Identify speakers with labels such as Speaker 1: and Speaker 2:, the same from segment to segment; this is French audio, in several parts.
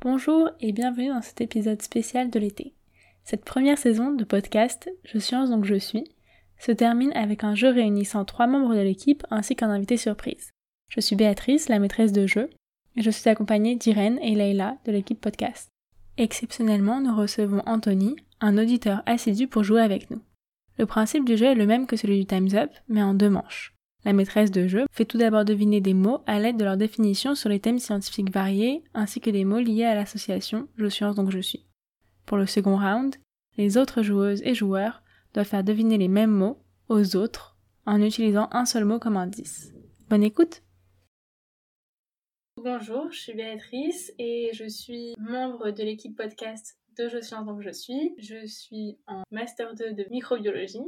Speaker 1: Bonjour et bienvenue dans cet épisode spécial de l'été. Cette première saison de podcast Je science donc je suis se termine avec un jeu réunissant trois membres de l'équipe ainsi qu'un invité surprise. Je suis Béatrice, la maîtresse de jeu, et je suis accompagnée d'Irène et Leïla de l'équipe podcast. Exceptionnellement, nous recevons Anthony, un auditeur assidu pour jouer avec nous. Le principe du jeu est le même que celui du Time's Up, mais en deux manches. La maîtresse de jeu fait tout d'abord deviner des mots à l'aide de leur définition sur les thèmes scientifiques variés, ainsi que des mots liés à l'association Je science donc je suis. Pour le second round, les autres joueuses et joueurs doivent faire deviner les mêmes mots aux autres en utilisant un seul mot comme indice. Bonne écoute Bonjour, je suis Béatrice et je suis membre de l'équipe podcast de Je Science donc je suis. Je suis en Master 2 de microbiologie.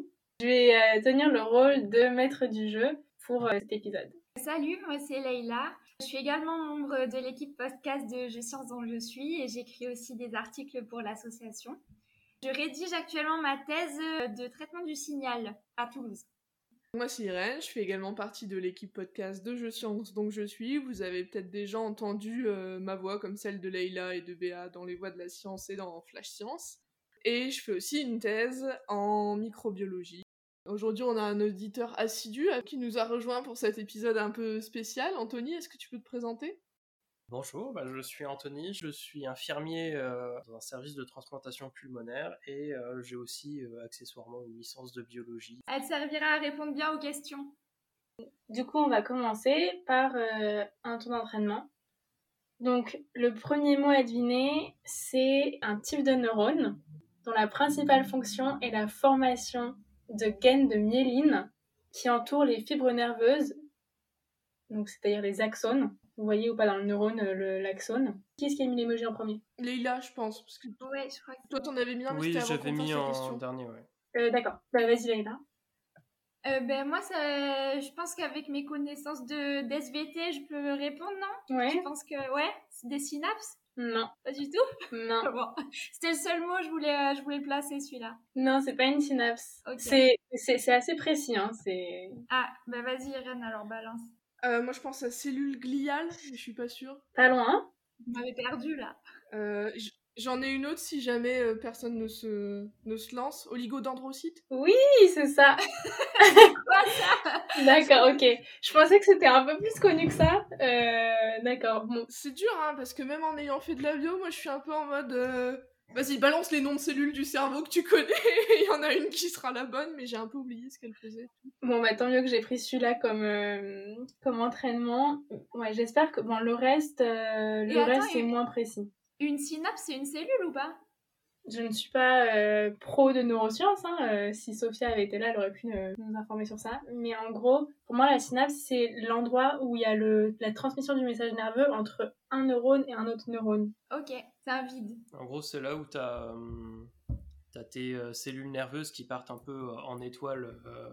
Speaker 1: Je vais euh, tenir le rôle de maître du jeu pour euh, cet épisode.
Speaker 2: Salut, moi c'est Leïla. Je suis également membre de l'équipe podcast de Je Science dont je suis et j'écris aussi des articles pour l'association. Je rédige actuellement ma thèse de traitement du signal à Toulouse.
Speaker 3: Moi, c'est Irène, je fais également partie de l'équipe podcast de Je Science, donc je suis. Vous avez peut-être déjà entendu euh, ma voix comme celle de Leïla et de Béa dans Les Voix de la Science et dans Flash Science. Et je fais aussi une thèse en microbiologie. Aujourd'hui, on a un auditeur assidu euh, qui nous a rejoint pour cet épisode un peu spécial. Anthony, est-ce que tu peux te présenter
Speaker 4: Bonjour, bah, je suis Anthony, je suis infirmier euh, dans un service de transplantation pulmonaire et euh, j'ai aussi euh, accessoirement une licence de biologie.
Speaker 2: Elle servira à répondre bien aux questions.
Speaker 1: Du coup, on va commencer par euh, un tour d'entraînement. Donc, le premier mot à deviner, c'est un type de neurone dont la principale fonction est la formation de gaines de myéline qui entourent les fibres nerveuses, donc c'est-à-dire les axones. Vous voyez ou pas dans le neurone euh, le- l'axone Qui est-ce qui a mis l'émoji en premier
Speaker 3: Leïla, je pense, parce que
Speaker 2: Ouais, je crois que
Speaker 3: toi, t'en avais mis un, mais
Speaker 4: Oui,
Speaker 3: c'était avant
Speaker 4: j'avais
Speaker 3: qu'on fasse
Speaker 4: mis
Speaker 3: la
Speaker 4: en
Speaker 3: question.
Speaker 4: dernier, ouais.
Speaker 1: Euh, D'accord, bah, vas-y Leïla.
Speaker 2: Euh, ben, moi, ça- je pense qu'avec mes connaissances de d'SVT, je peux répondre, non Je
Speaker 1: Ouais
Speaker 2: pense que, ouais, c'est des synapses
Speaker 1: Non,
Speaker 2: Pas du tout
Speaker 1: non.
Speaker 2: Bon, c'était le seul mot, je voulais, euh, je voulais le placer, celui-là.
Speaker 1: Non, c'est pas une synapse.
Speaker 2: Ok.
Speaker 1: C'est- C'est c'est assez précis, hein. C'est
Speaker 2: Ah, ben vas-y, Irène, alors balance.
Speaker 3: Euh, moi, je pense à cellule gliale, mais je suis pas sûre.
Speaker 1: pas loin.
Speaker 2: Vous m'avez perdu, là.
Speaker 3: Euh, j- J'en ai une autre si jamais euh, personne ne se, ne se lance. Oligodendrocyte
Speaker 1: Oui, c'est ça.
Speaker 2: Quoi, ça
Speaker 1: D'accord, ok. Je pensais que c'était un peu plus connu que ça. Euh, D'accord, bon.
Speaker 3: C'est dur, hein, parce que même en ayant fait de la bio, moi, je suis un peu en mode... euh, Vas-y, balance les noms de cellules du cerveau que tu connais. Il y en a une qui sera la bonne, mais j'ai un peu oublié ce qu'elle faisait.
Speaker 1: Bon, bah tant mieux que j'ai pris celui-là comme, euh, comme entraînement. Ouais, j'espère que. Bon, le reste, euh, le
Speaker 2: Et attends,
Speaker 1: reste
Speaker 2: et-
Speaker 1: est moins précis.
Speaker 2: Une synapse, c'est une cellule ou pas
Speaker 1: Je ne suis pas euh, pro de neurosciences. Hein. euh, si Sophia avait été là, elle aurait pu euh, nous informer sur ça. Mais en gros, pour moi, la synapse, c'est l'endroit où il y a le, la transmission du message nerveux entre un neurone et un autre neurone.
Speaker 2: Ok, c'est un vide.
Speaker 4: En gros, c'est là où t'as euh, t'as tes euh, cellules nerveuses qui partent un peu euh, en étoile euh,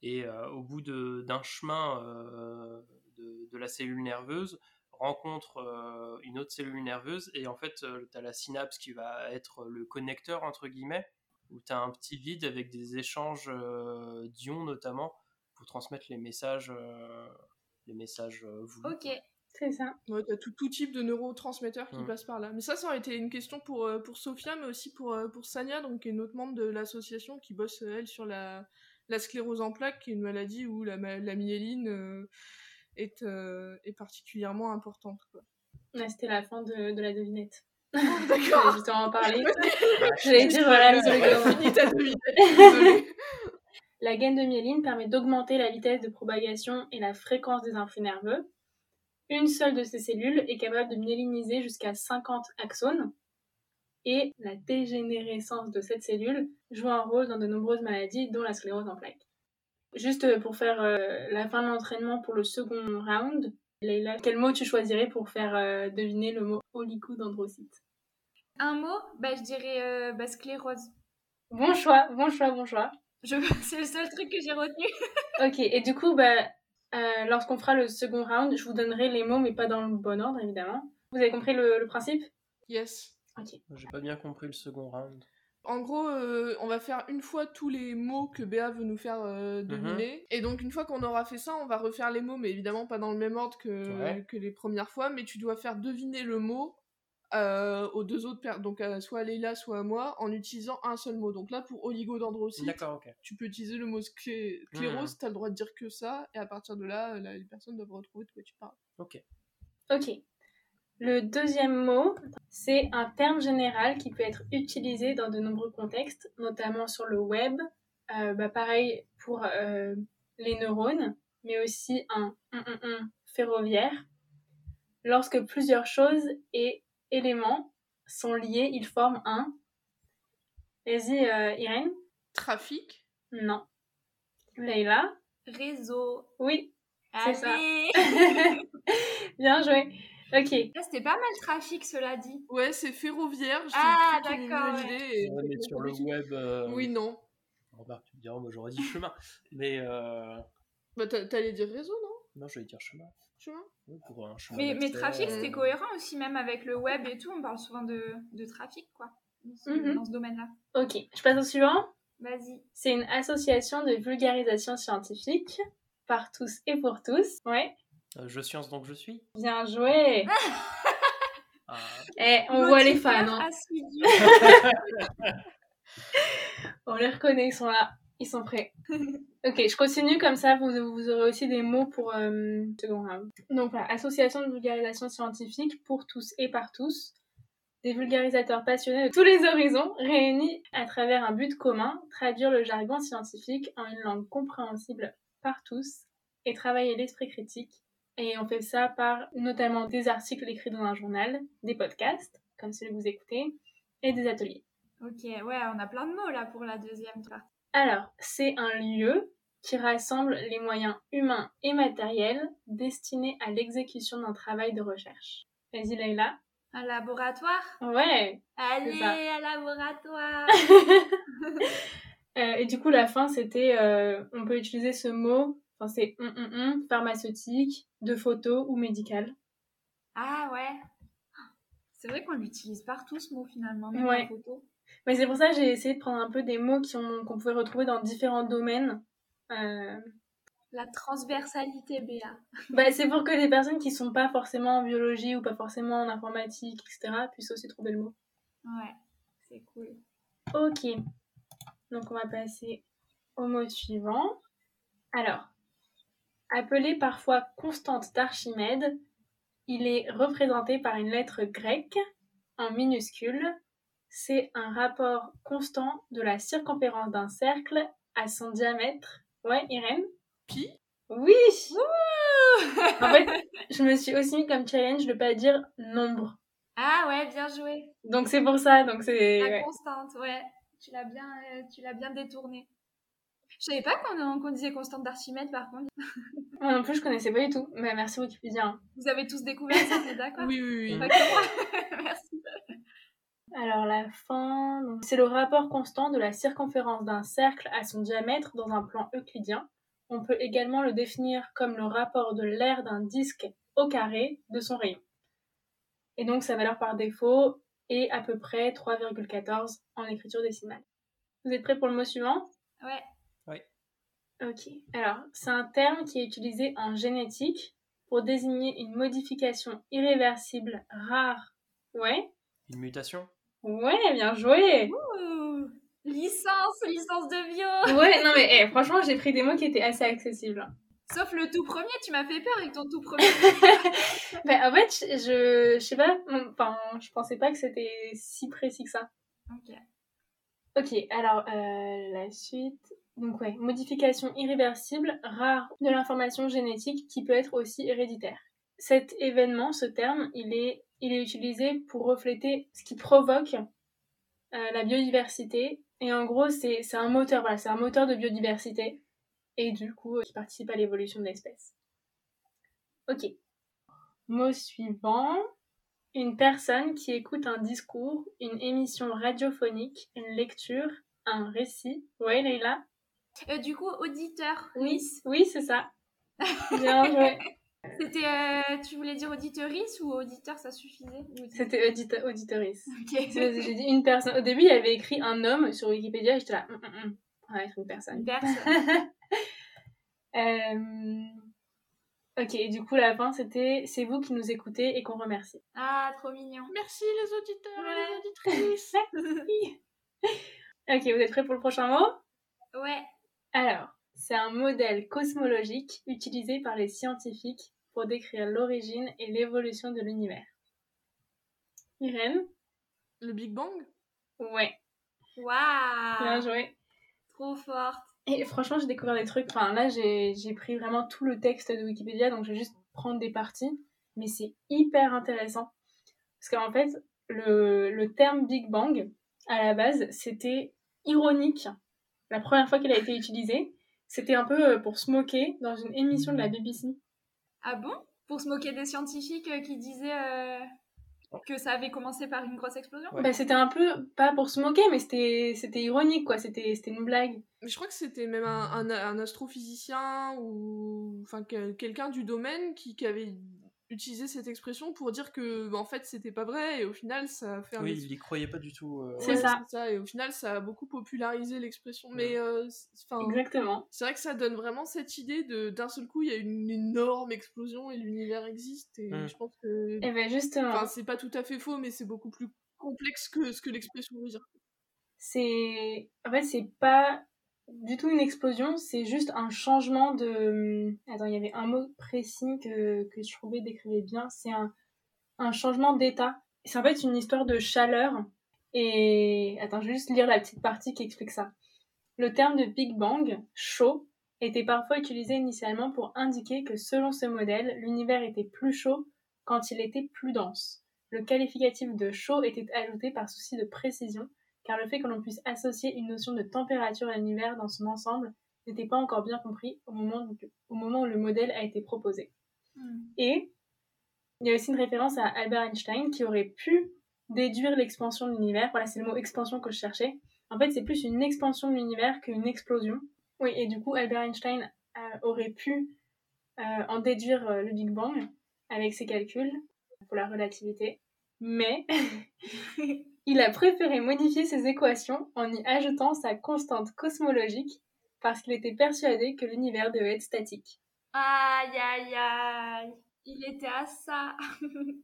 Speaker 4: et euh, au bout de- d'un chemin euh, de, de la cellule nerveuse rencontre euh, une autre cellule nerveuse et en fait euh, t'as la synapse qui va être le connecteur entre guillemets où t'as un petit vide avec des échanges euh, d'ions notamment pour transmettre les messages euh, les messages euh, voulus.
Speaker 2: Ok.
Speaker 1: C'est ça.
Speaker 3: Ouais, t'as tout, tout type de neurotransmetteurs qui
Speaker 4: Mm.
Speaker 3: passent par là. Mais ça, ça aurait été une question pour, euh, pour Sophia, mais aussi pour, euh, pour Sania, donc, qui est une autre membre de l'association qui bosse, euh, elle, sur la, la sclérose en plaques, qui est une maladie où la, ma- la myéline euh, est, euh, est particulièrement importante. quoi.
Speaker 1: Ouais, c'était la fin de, de la devinette.
Speaker 3: D'accord.
Speaker 1: J'allais justement en parler. J'allais dire, voilà,
Speaker 3: Désolée.
Speaker 1: le
Speaker 3: Fini ta devinette, désolée.
Speaker 1: La gaine de myéline permet d'augmenter la vitesse de propagation et la fréquence des influx nerveux. Une seule de ces cellules est capable de myéliniser jusqu'à 50 axones. Et la dégénérescence de cette cellule joue un rôle dans de nombreuses maladies, dont la sclérose en plaques. Juste euh, pour faire euh, la fin de l'entraînement pour le second round, Leïla, quel mot tu choisirais pour faire euh, deviner le mot oligodendrocyte
Speaker 2: Un mot, bah, je dirais euh, bah, sclérose.
Speaker 1: Bon choix, bon choix, bon choix.
Speaker 2: Je... c'est le seul truc que j'ai retenu.
Speaker 1: Ok, et du coup, bah, euh, lorsqu'on fera le second round, je vous donnerai les mots, mais pas dans le bon ordre, évidemment. Vous avez compris le, le principe
Speaker 3: Yes.
Speaker 1: Ok.
Speaker 4: J'ai pas bien compris le second round.
Speaker 3: En gros, euh, on va faire une fois tous les mots que Béa veut nous faire euh, deviner.
Speaker 4: Mhm.
Speaker 3: Et donc, une fois qu'on aura fait ça, on va refaire les mots, mais évidemment pas dans le même ordre que,
Speaker 4: Ouais.
Speaker 3: que les premières fois. Mais tu dois faire deviner le mot euh, aux deux autres personnes, donc à soit à Leila, soit à moi, en utilisant un seul mot. Donc là, pour oligodendrocyte,
Speaker 4: D'accord, Hmm. ok.
Speaker 3: tu peux utiliser le mot sclé- sclérose, t'as le droit de dire que ça, et à partir de là, euh, la- les personnes doivent retrouver de quoi tu parles.
Speaker 1: Ok. Le deuxième mot, c'est un terme général qui peut être utilisé dans de nombreux contextes, notamment sur le web, euh, bah, pareil pour euh, les neurones, mais aussi un un, un, un ferroviaire. Lorsque plusieurs choses et éléments sont liés, ils forment un. Vas-y, euh, Irène
Speaker 3: Trafic,
Speaker 1: Non. Leïla
Speaker 2: Réseau.
Speaker 1: Oui.
Speaker 2: Ah
Speaker 1: C'est ça.
Speaker 2: Allez
Speaker 1: Bien joué. Ok.
Speaker 2: Là, c'était pas mal trafic, cela dit.
Speaker 3: ouais, c'est ferroviaire, j'ai
Speaker 2: Ah,
Speaker 3: cru qu'il y avait
Speaker 2: d'accord,
Speaker 3: une
Speaker 2: ouais.
Speaker 3: idée, et-
Speaker 4: mais sur le web, euh,
Speaker 3: Oui, non.
Speaker 4: Robert, tu me diras, moi j'aurais dit chemin. mais euh,
Speaker 3: Bah, t'a- t'allais dire réseau, non
Speaker 4: non, je vais dire chemin.
Speaker 3: Tu vois
Speaker 4: Oui, pour un chemin
Speaker 2: Ah, Mais, mais
Speaker 4: d'accès,
Speaker 2: trafic,
Speaker 4: euh,
Speaker 2: c'était cohérent aussi, même avec le web et tout. On parle souvent de, de trafic, quoi, dans ce,
Speaker 1: Mhm.
Speaker 2: dans ce domaine-là.
Speaker 1: Ok. Je passe au suivant.
Speaker 2: Vas-y.
Speaker 1: C'est une association de vulgarisation scientifique par tous et pour tous. Ouais.
Speaker 4: euh, je science donc je suis.
Speaker 1: Bien joué.
Speaker 4: Ah,
Speaker 1: Eh, on voit les fans.
Speaker 2: Motiveur
Speaker 1: hein.
Speaker 2: assidu.
Speaker 1: On les reconnaît, ils sont là. Ils sont prêts. ok, je continue comme ça, vous, vous aurez aussi des mots pour... euh, une seconde, hein. Donc voilà, association de vulgarisation scientifique pour tous et par tous. Des vulgarisateurs passionnés de tous les horizons réunis à travers un but commun, traduire le jargon scientifique en une langue compréhensible par tous et travailler l'esprit critique. Et on fait ça par notamment des articles écrits dans un journal, des podcasts, comme celui que vous écoutez, et des ateliers.
Speaker 2: Ok, ouais, on a plein de mots là pour la deuxième partie.
Speaker 1: Alors, c'est un lieu qui rassemble les moyens humains et matériels destinés à l'exécution d'un travail de recherche. Vas-y, Leïla.
Speaker 2: Un laboratoire
Speaker 1: Ouais
Speaker 2: Allez,
Speaker 1: ça.
Speaker 2: un laboratoire
Speaker 1: Euh, Et du coup, la fin, c'était euh, on peut utiliser ce mot, enfin, c'est hum, hum, hum, pharmaceutique, de photo ou médical.
Speaker 2: Ah ouais C'est vrai qu'on l'utilise partout ce mot finalement, même
Speaker 1: Ouais.
Speaker 2: en photo.
Speaker 1: Mais c'est pour ça que j'ai essayé de prendre un peu des mots qui ont- qu'on pouvait retrouver dans différents domaines. Euh,
Speaker 2: La transversalité, Béa.
Speaker 1: bah, c'est pour que les personnes qui sont pas forcément en biologie ou pas forcément en informatique, etc., puissent aussi trouver le mot.
Speaker 2: Ouais, c'est cool.
Speaker 1: Ok, donc on va passer au mot suivant. Alors, appelé parfois constante d'Archimède, il est représenté par une lettre grecque en minuscule. C'est un rapport constant de la circonférence d'un cercle à son diamètre. Ouais, Irène
Speaker 3: Pi,
Speaker 1: Oui En fait, je me suis aussi mis comme challenge de pas dire nombre.
Speaker 2: Ah ouais, bien joué.
Speaker 1: Donc c'est pour ça, donc c'est...
Speaker 2: La
Speaker 1: ouais.
Speaker 2: constante, ouais. Tu l'as bien, euh, tu l'as bien détournée. Je savais pas qu'on qu'on disait constante d'Archimède par contre.
Speaker 1: Moi non plus, je connaissais pas du tout. Mais merci Wikipédia. hein.
Speaker 2: Vous avez tous découvert ça, on est d'accord
Speaker 3: oui, oui, oui.
Speaker 2: Pas que moi. Merci.
Speaker 1: Alors la fin, donc, c'est le rapport constant de la circonférence d'un cercle à son diamètre dans un plan euclidien. On peut également le définir comme le rapport de l'aire d'un disque au carré de son rayon. Et donc sa valeur par défaut est à peu près 3,14 en écriture décimale. Vous êtes prêts pour le mot suivant
Speaker 2: Ouais.
Speaker 1: Ok. Alors c'est un terme qui est utilisé en génétique pour désigner une modification irréversible rare. Ouais
Speaker 4: une mutation.
Speaker 1: Ouais, bien joué
Speaker 2: Ouh. Licence, licence de bio.
Speaker 1: Ouais, non mais eh, franchement, j'ai pris des mots qui étaient assez accessibles.
Speaker 2: Sauf le tout premier, tu m'as fait peur avec ton tout premier.
Speaker 1: Bah, en fait, je, je sais pas, mon- enfin, je pensais pas que c'était si précis que ça.
Speaker 2: ok.
Speaker 1: Ok, alors euh, la suite. Donc ouais, modification irréversible, rare de l'information génétique qui peut être aussi héréditaire. Cet événement, ce terme, il est, il est utilisé pour refléter ce qui provoque euh, la biodiversité. Et en gros, c'est c'est un moteur, voilà, c'est un moteur de biodiversité. Et du coup, euh, qui participe à l'évolution de l'espèce. Ok. Mot suivant. Une personne qui écoute un discours, une émission radiophonique, une lecture, un récit. Ouais, Leïla
Speaker 2: Euh, du coup, auditeur.
Speaker 1: Oui, c'est ça. Bien joué.
Speaker 2: C'était, euh, tu voulais dire auditorice ou auditeur, ça suffisait Ou-
Speaker 1: C'était audite auditorice.
Speaker 2: Ok.
Speaker 1: J'ai dit une personne. Au début, il y avait écrit un homme sur Wikipédia, et j'étais là. Hum, hum, hum. Ouais, c'est une personne.
Speaker 2: Une personne.
Speaker 1: Euh, Ok, et du coup, la fin, c'était c'est vous qui nous écoutez et qu'on remercie.
Speaker 2: Ah, trop mignon.
Speaker 3: Merci les auditeurs et
Speaker 2: Ouais.
Speaker 3: les auditrices.
Speaker 1: ok, vous êtes prêts pour le prochain mot
Speaker 2: Ouais.
Speaker 1: Alors, c'est un modèle cosmologique utilisé par les scientifiques pour décrire l'origine et l'évolution de l'univers. Irène
Speaker 3: Le Big Bang
Speaker 1: Ouais, bien
Speaker 2: Waouh.
Speaker 1: joué.
Speaker 2: Trop forte.
Speaker 1: Et franchement, j'ai découvert des trucs. Enfin, là, j'ai j'ai pris vraiment tout le texte de Wikipédia, donc je vais juste prendre des parties. Mais c'est hyper intéressant. Parce qu'en fait, le, le terme Big Bang, à la base, c'était ironique. La première fois qu'il a été utilisé, c'était un peu euh, pour se moquer dans une émission de la BBC.
Speaker 2: Ah bon Pour se moquer des scientifiques euh, qui disaient euh, que ça avait commencé par une grosse explosion
Speaker 4: Ouais.
Speaker 1: Bah, c'était un peu, pas pour se moquer, mais c'était c'était ironique, quoi. C'était c'était une blague.
Speaker 3: Mais je crois que c'était même un, un- un astrophysicien ou enfin que- quelqu'un du domaine qui, qui avait utilisé cette expression pour dire que bah, en fait c'était pas vrai et au final ça a fait un
Speaker 4: Oui,
Speaker 3: effet-
Speaker 4: il y croyait pas du tout. euh,
Speaker 1: C'est ça.
Speaker 3: et au final ça a beaucoup popularisé l'expression mais euh, c'est- enfin
Speaker 1: Exactement.
Speaker 3: c'est vrai que ça donne vraiment cette idée de d'un seul coup il y a une énorme explosion et l'univers existe et
Speaker 4: Mm.
Speaker 3: je pense que
Speaker 1: Et ben justement,
Speaker 3: enfin c'est pas tout à fait faux mais c'est beaucoup plus complexe que ce que l'expression veut dire
Speaker 1: c'est. En fait, c'est pas du tout une explosion, c'est juste un changement de. hum, Attends, il y avait un mot précis que, que je trouvais décrivait bien. C'est un, un changement d'état. C'est en fait une histoire de chaleur. Et. Attends, je vais juste lire la petite partie qui explique ça. Le terme de Big Bang, chaud, était parfois utilisé initialement pour indiquer que selon ce modèle, l'univers était plus chaud quand il était plus dense. Le qualificatif de chaud était ajouté par souci de précision, car le fait que l'on puisse associer une notion de température à l'univers dans son ensemble n'était pas encore bien compris au moment, du- au moment où le modèle a été proposé.
Speaker 2: Hmm.
Speaker 1: Et il y a aussi une référence à Albert Einstein qui aurait pu déduire l'expansion de l'univers. Voilà, c'est le mot expansion que je cherchais. En fait, c'est plus une expansion de l'univers qu'une explosion. Oui, et du coup, Albert Einstein euh, aurait pu euh, en déduire euh, le Big Bang avec ses calculs pour la relativité. Mais il a préféré modifier ses équations en y ajoutant sa constante cosmologique parce qu'il était persuadé que l'univers devait être statique.
Speaker 2: Aïe, aïe, aïe. Il était à ça.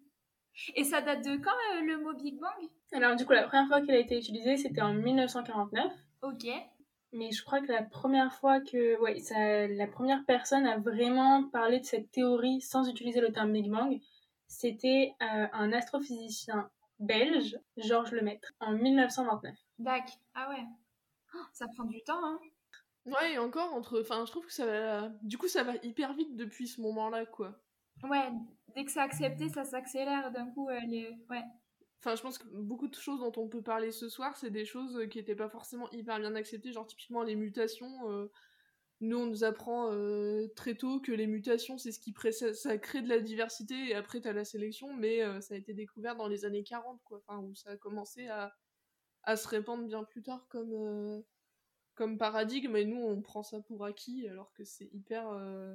Speaker 2: Et ça date de quand euh, le mot Big Bang
Speaker 1: Alors du coup, la première fois qu'il a été utilisé, c'était en 1949.
Speaker 2: Ok.
Speaker 1: Mais je crois que la première fois que... Ouais, ça, la première personne a vraiment parlé de cette théorie sans utiliser le terme Big Bang, c'était euh, un astrophysicien belge, Georges Lemaître, en 1929.
Speaker 2: Dac. Ah ouais. Oh, Ça prend du temps, hein.
Speaker 3: ouais et encore entre enfin je trouve que ça va du coup ça va hyper vite depuis ce moment là quoi
Speaker 2: Ouais, dès que c'est accepté, ça s'accélère d'un coup. euh, les... Ouais.
Speaker 3: Enfin, je pense que beaucoup de choses dont on peut parler ce soir, c'est des choses euh, qui n'étaient pas forcément hyper bien acceptées, genre typiquement les mutations. euh, nous, on nous apprend euh, très tôt que les mutations, c'est ce qui précède, ça crée de la diversité et après t'as la sélection, mais euh, ça a été découvert dans les années 40, quoi, enfin, où ça a commencé à, à se répandre bien plus tard comme, euh, comme paradigme, et nous, on prend ça pour acquis, alors que c'est hyper. euh,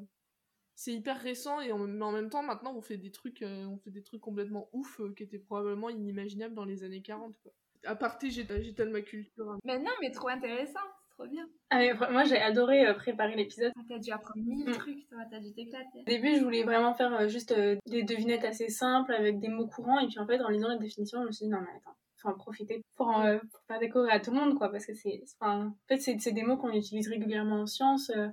Speaker 3: c'est hyper récent et en, mais en même temps maintenant on fait des trucs euh, on fait des trucs complètement ouf euh, qui étaient probablement inimaginables dans les années 40 quoi. À part j'ai j'étale ma culture. hein.
Speaker 2: Mais non, mais trop intéressant. C'est trop bien.
Speaker 1: Ah, mais vra- moi, j'ai adoré euh, préparer l'épisode.
Speaker 2: Ah, T'as dû apprendre mille
Speaker 1: Mm.
Speaker 2: trucs, toi. T'as dû t'éclater.
Speaker 1: Au début, je voulais vraiment faire euh, juste euh, des devinettes assez simples avec des mots courants. Et puis en fait, en lisant la définition, je me suis dit non, mais attends, faut en profiter pour, en, euh, pour faire découvrir à tout le monde, quoi. Parce que c'est. c'est- enfin, en fait, c'est c'est des mots qu'on utilise régulièrement en science. euh,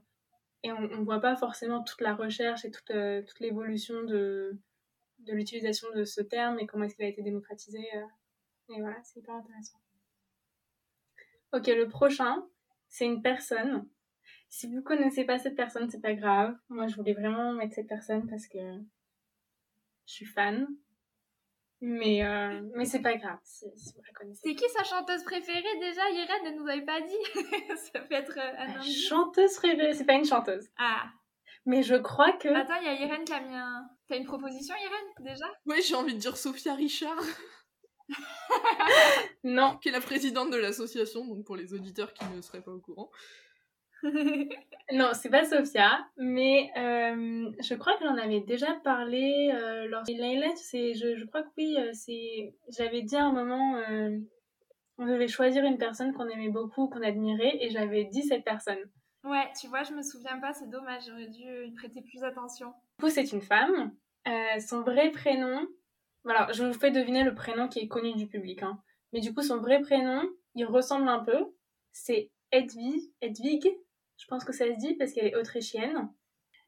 Speaker 1: et on, on voit pas forcément toute la recherche et toute, euh, toute l'évolution de, de l'utilisation de ce terme et comment est-ce qu'il a été démocratisé. euh. et voilà, c'est hyper intéressant. Ok, le prochain, c'est une personne. Si vous connaissez pas cette personne, c'est pas grave. Moi, je voulais vraiment mettre cette personne parce que je suis fan. Mais, euh, mais c'est pas grave si, si vous la connaissez.
Speaker 2: C'est qui sa chanteuse préférée déjà Irène, elle nous avait pas dit. ça peut être euh, un
Speaker 1: La
Speaker 2: indice.
Speaker 1: chanteuse préférée, c'est pas une chanteuse.
Speaker 2: Ah,
Speaker 1: Mais je crois que.
Speaker 2: attends, il y a Irène qui a mis un. T'as une proposition, Irène, déjà
Speaker 3: Ouais, j'ai envie de dire Sophia Richard,
Speaker 1: Non.
Speaker 3: qui est la présidente de l'association, donc pour les auditeurs qui ne seraient pas au courant.
Speaker 1: Non, c'est pas Sophia. Mais euh, je crois que j'en avais déjà parlé euh, lors. Et Layla, tu sais, je, je crois que oui, euh, c'est. J'avais dit à un moment. euh, On devait choisir une personne qu'on aimait beaucoup, qu'on admirait, et j'avais dit cette personne.
Speaker 2: Ouais, tu vois, je me souviens pas, c'est dommage, j'aurais dû y prêter plus attention.
Speaker 1: coup, c'est une femme. Euh, son vrai prénom, voilà, je vous fais deviner le prénom qui est connu du public. hein. Mais du coup, son vrai prénom, il ressemble un peu. C'est Hedwig. Hedwig, je pense que ça se dit parce qu'elle est autrichienne.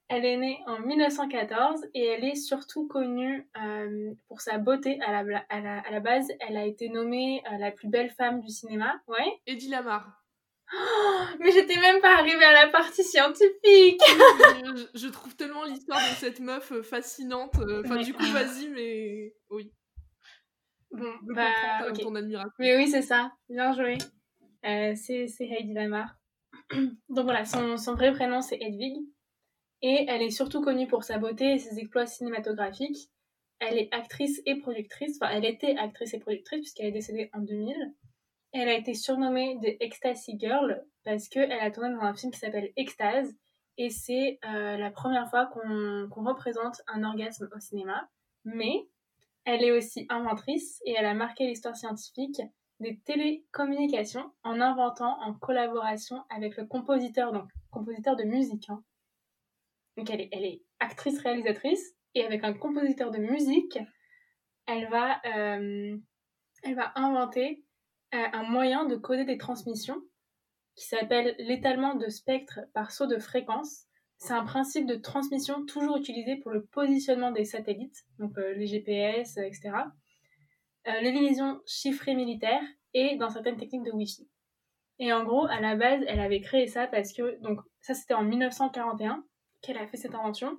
Speaker 1: Elle est née en 1914 et elle est surtout connue euh, pour sa beauté. À la, bla- à la- à la base, elle a été nommée euh, la plus belle femme du cinéma. Ouais.
Speaker 3: Eddie Lamar.
Speaker 1: Mais j'étais même pas arrivée à la partie scientifique.
Speaker 3: je, je trouve tellement l'histoire de cette meuf euh, fascinante. euh, Enfin,
Speaker 1: Mais-
Speaker 3: du coup, vas-y, mais oui.
Speaker 1: Bon,
Speaker 3: Je
Speaker 1: bah,
Speaker 3: comprends ton-
Speaker 1: ok.
Speaker 3: ton admiration.
Speaker 1: Mais oui, c'est ça. Bien joué. Euh, c'est c'est Heidi Lamar. Donc voilà, son, son vrai prénom c'est Hedwig. Et elle est surtout connue pour sa beauté et ses exploits cinématographiques. Elle est actrice et productrice. Enfin, elle était actrice et productrice puisqu'elle est décédée en 2000. Elle a été surnommée The Ecstasy Girl parce qu'elle a tourné dans un film qui s'appelle Extase. Et c'est euh, la première fois qu'on qu'on représente un orgasme au cinéma. Mais elle est aussi inventrice et elle a marqué l'histoire scientifique des télécommunications en inventant en collaboration avec le compositeur, donc compositeur de musique. hein. Donc elle est, elle est actrice-réalisatrice et avec un compositeur de musique, elle va, euh, elle va inventer euh, un moyen de coder des transmissions qui s'appelle l'étalement de spectre par saut de fréquence. C'est un principe de transmission toujours utilisé pour le positionnement des satellites, donc euh, les GPS, euh, etc., euh, les liaisons chiffrées militaires et dans certaines techniques de Wi-Fi. Et en gros, à la base, elle avait créé ça parce que, donc, ça c'était en 1941 qu'elle a fait cette invention,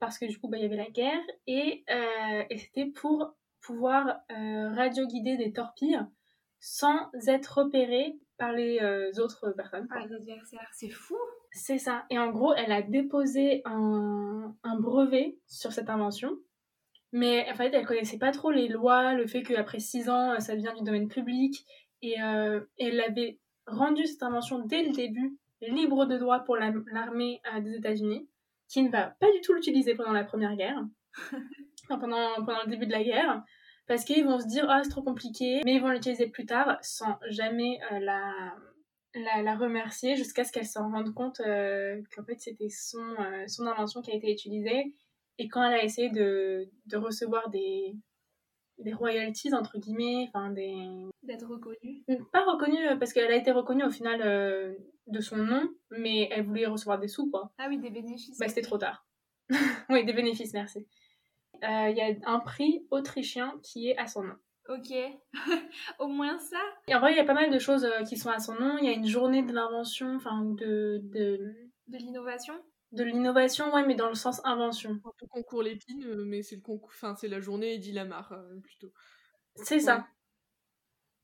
Speaker 1: parce que du coup, bah, il y avait la guerre, et, euh, et c'était pour pouvoir euh, radioguider des torpilles sans être repérée par les euh, autres personnes.
Speaker 2: par les adversaires. C'est fou.
Speaker 1: C'est ça. Et en gros, elle a déposé un, un brevet sur cette invention. Mais en fait, elle connaissait pas trop les lois, le fait qu'après 6 ans, euh, ça devient du domaine public. Et euh, elle avait rendu cette invention dès le début libre de droit pour la- l'armée euh, des États-Unis, qui ne va pas du tout l'utiliser pendant la Première Guerre, enfin, pendant, pendant le début de la guerre, parce qu'ils vont se dire Ah, c'est trop compliqué, mais ils vont l'utiliser plus tard sans jamais euh, la, la, la remercier jusqu'à ce qu'elle s'en rende compte euh, qu'en fait c'était son, euh, son invention qui a été utilisée. Et quand elle a essayé de, de recevoir des, des royalties, entre guillemets, enfin des,
Speaker 2: D'être reconnu.
Speaker 1: pas reconnue, euh, parce qu'elle a été reconnue au final euh, de son nom, mais elle voulait recevoir des sous, quoi.
Speaker 2: Ah oui, des bénéfices.
Speaker 1: Bah, c'était trop tard. oui, des bénéfices, merci. Euh, Il y a un prix autrichien qui est à son nom.
Speaker 2: Ok. Au moins ça.
Speaker 1: Et en vrai, il y a pas mal de choses euh, qui sont à son nom. Il y a une journée de l'invention, enfin, de, de,
Speaker 2: De l'innovation.
Speaker 1: de l'innovation, ouais, mais dans le sens invention.
Speaker 3: Un peu concours l'épine, euh, mais c'est le concours. Enfin, c'est la journée Eddie Lamar euh, plutôt.
Speaker 1: C'est ça.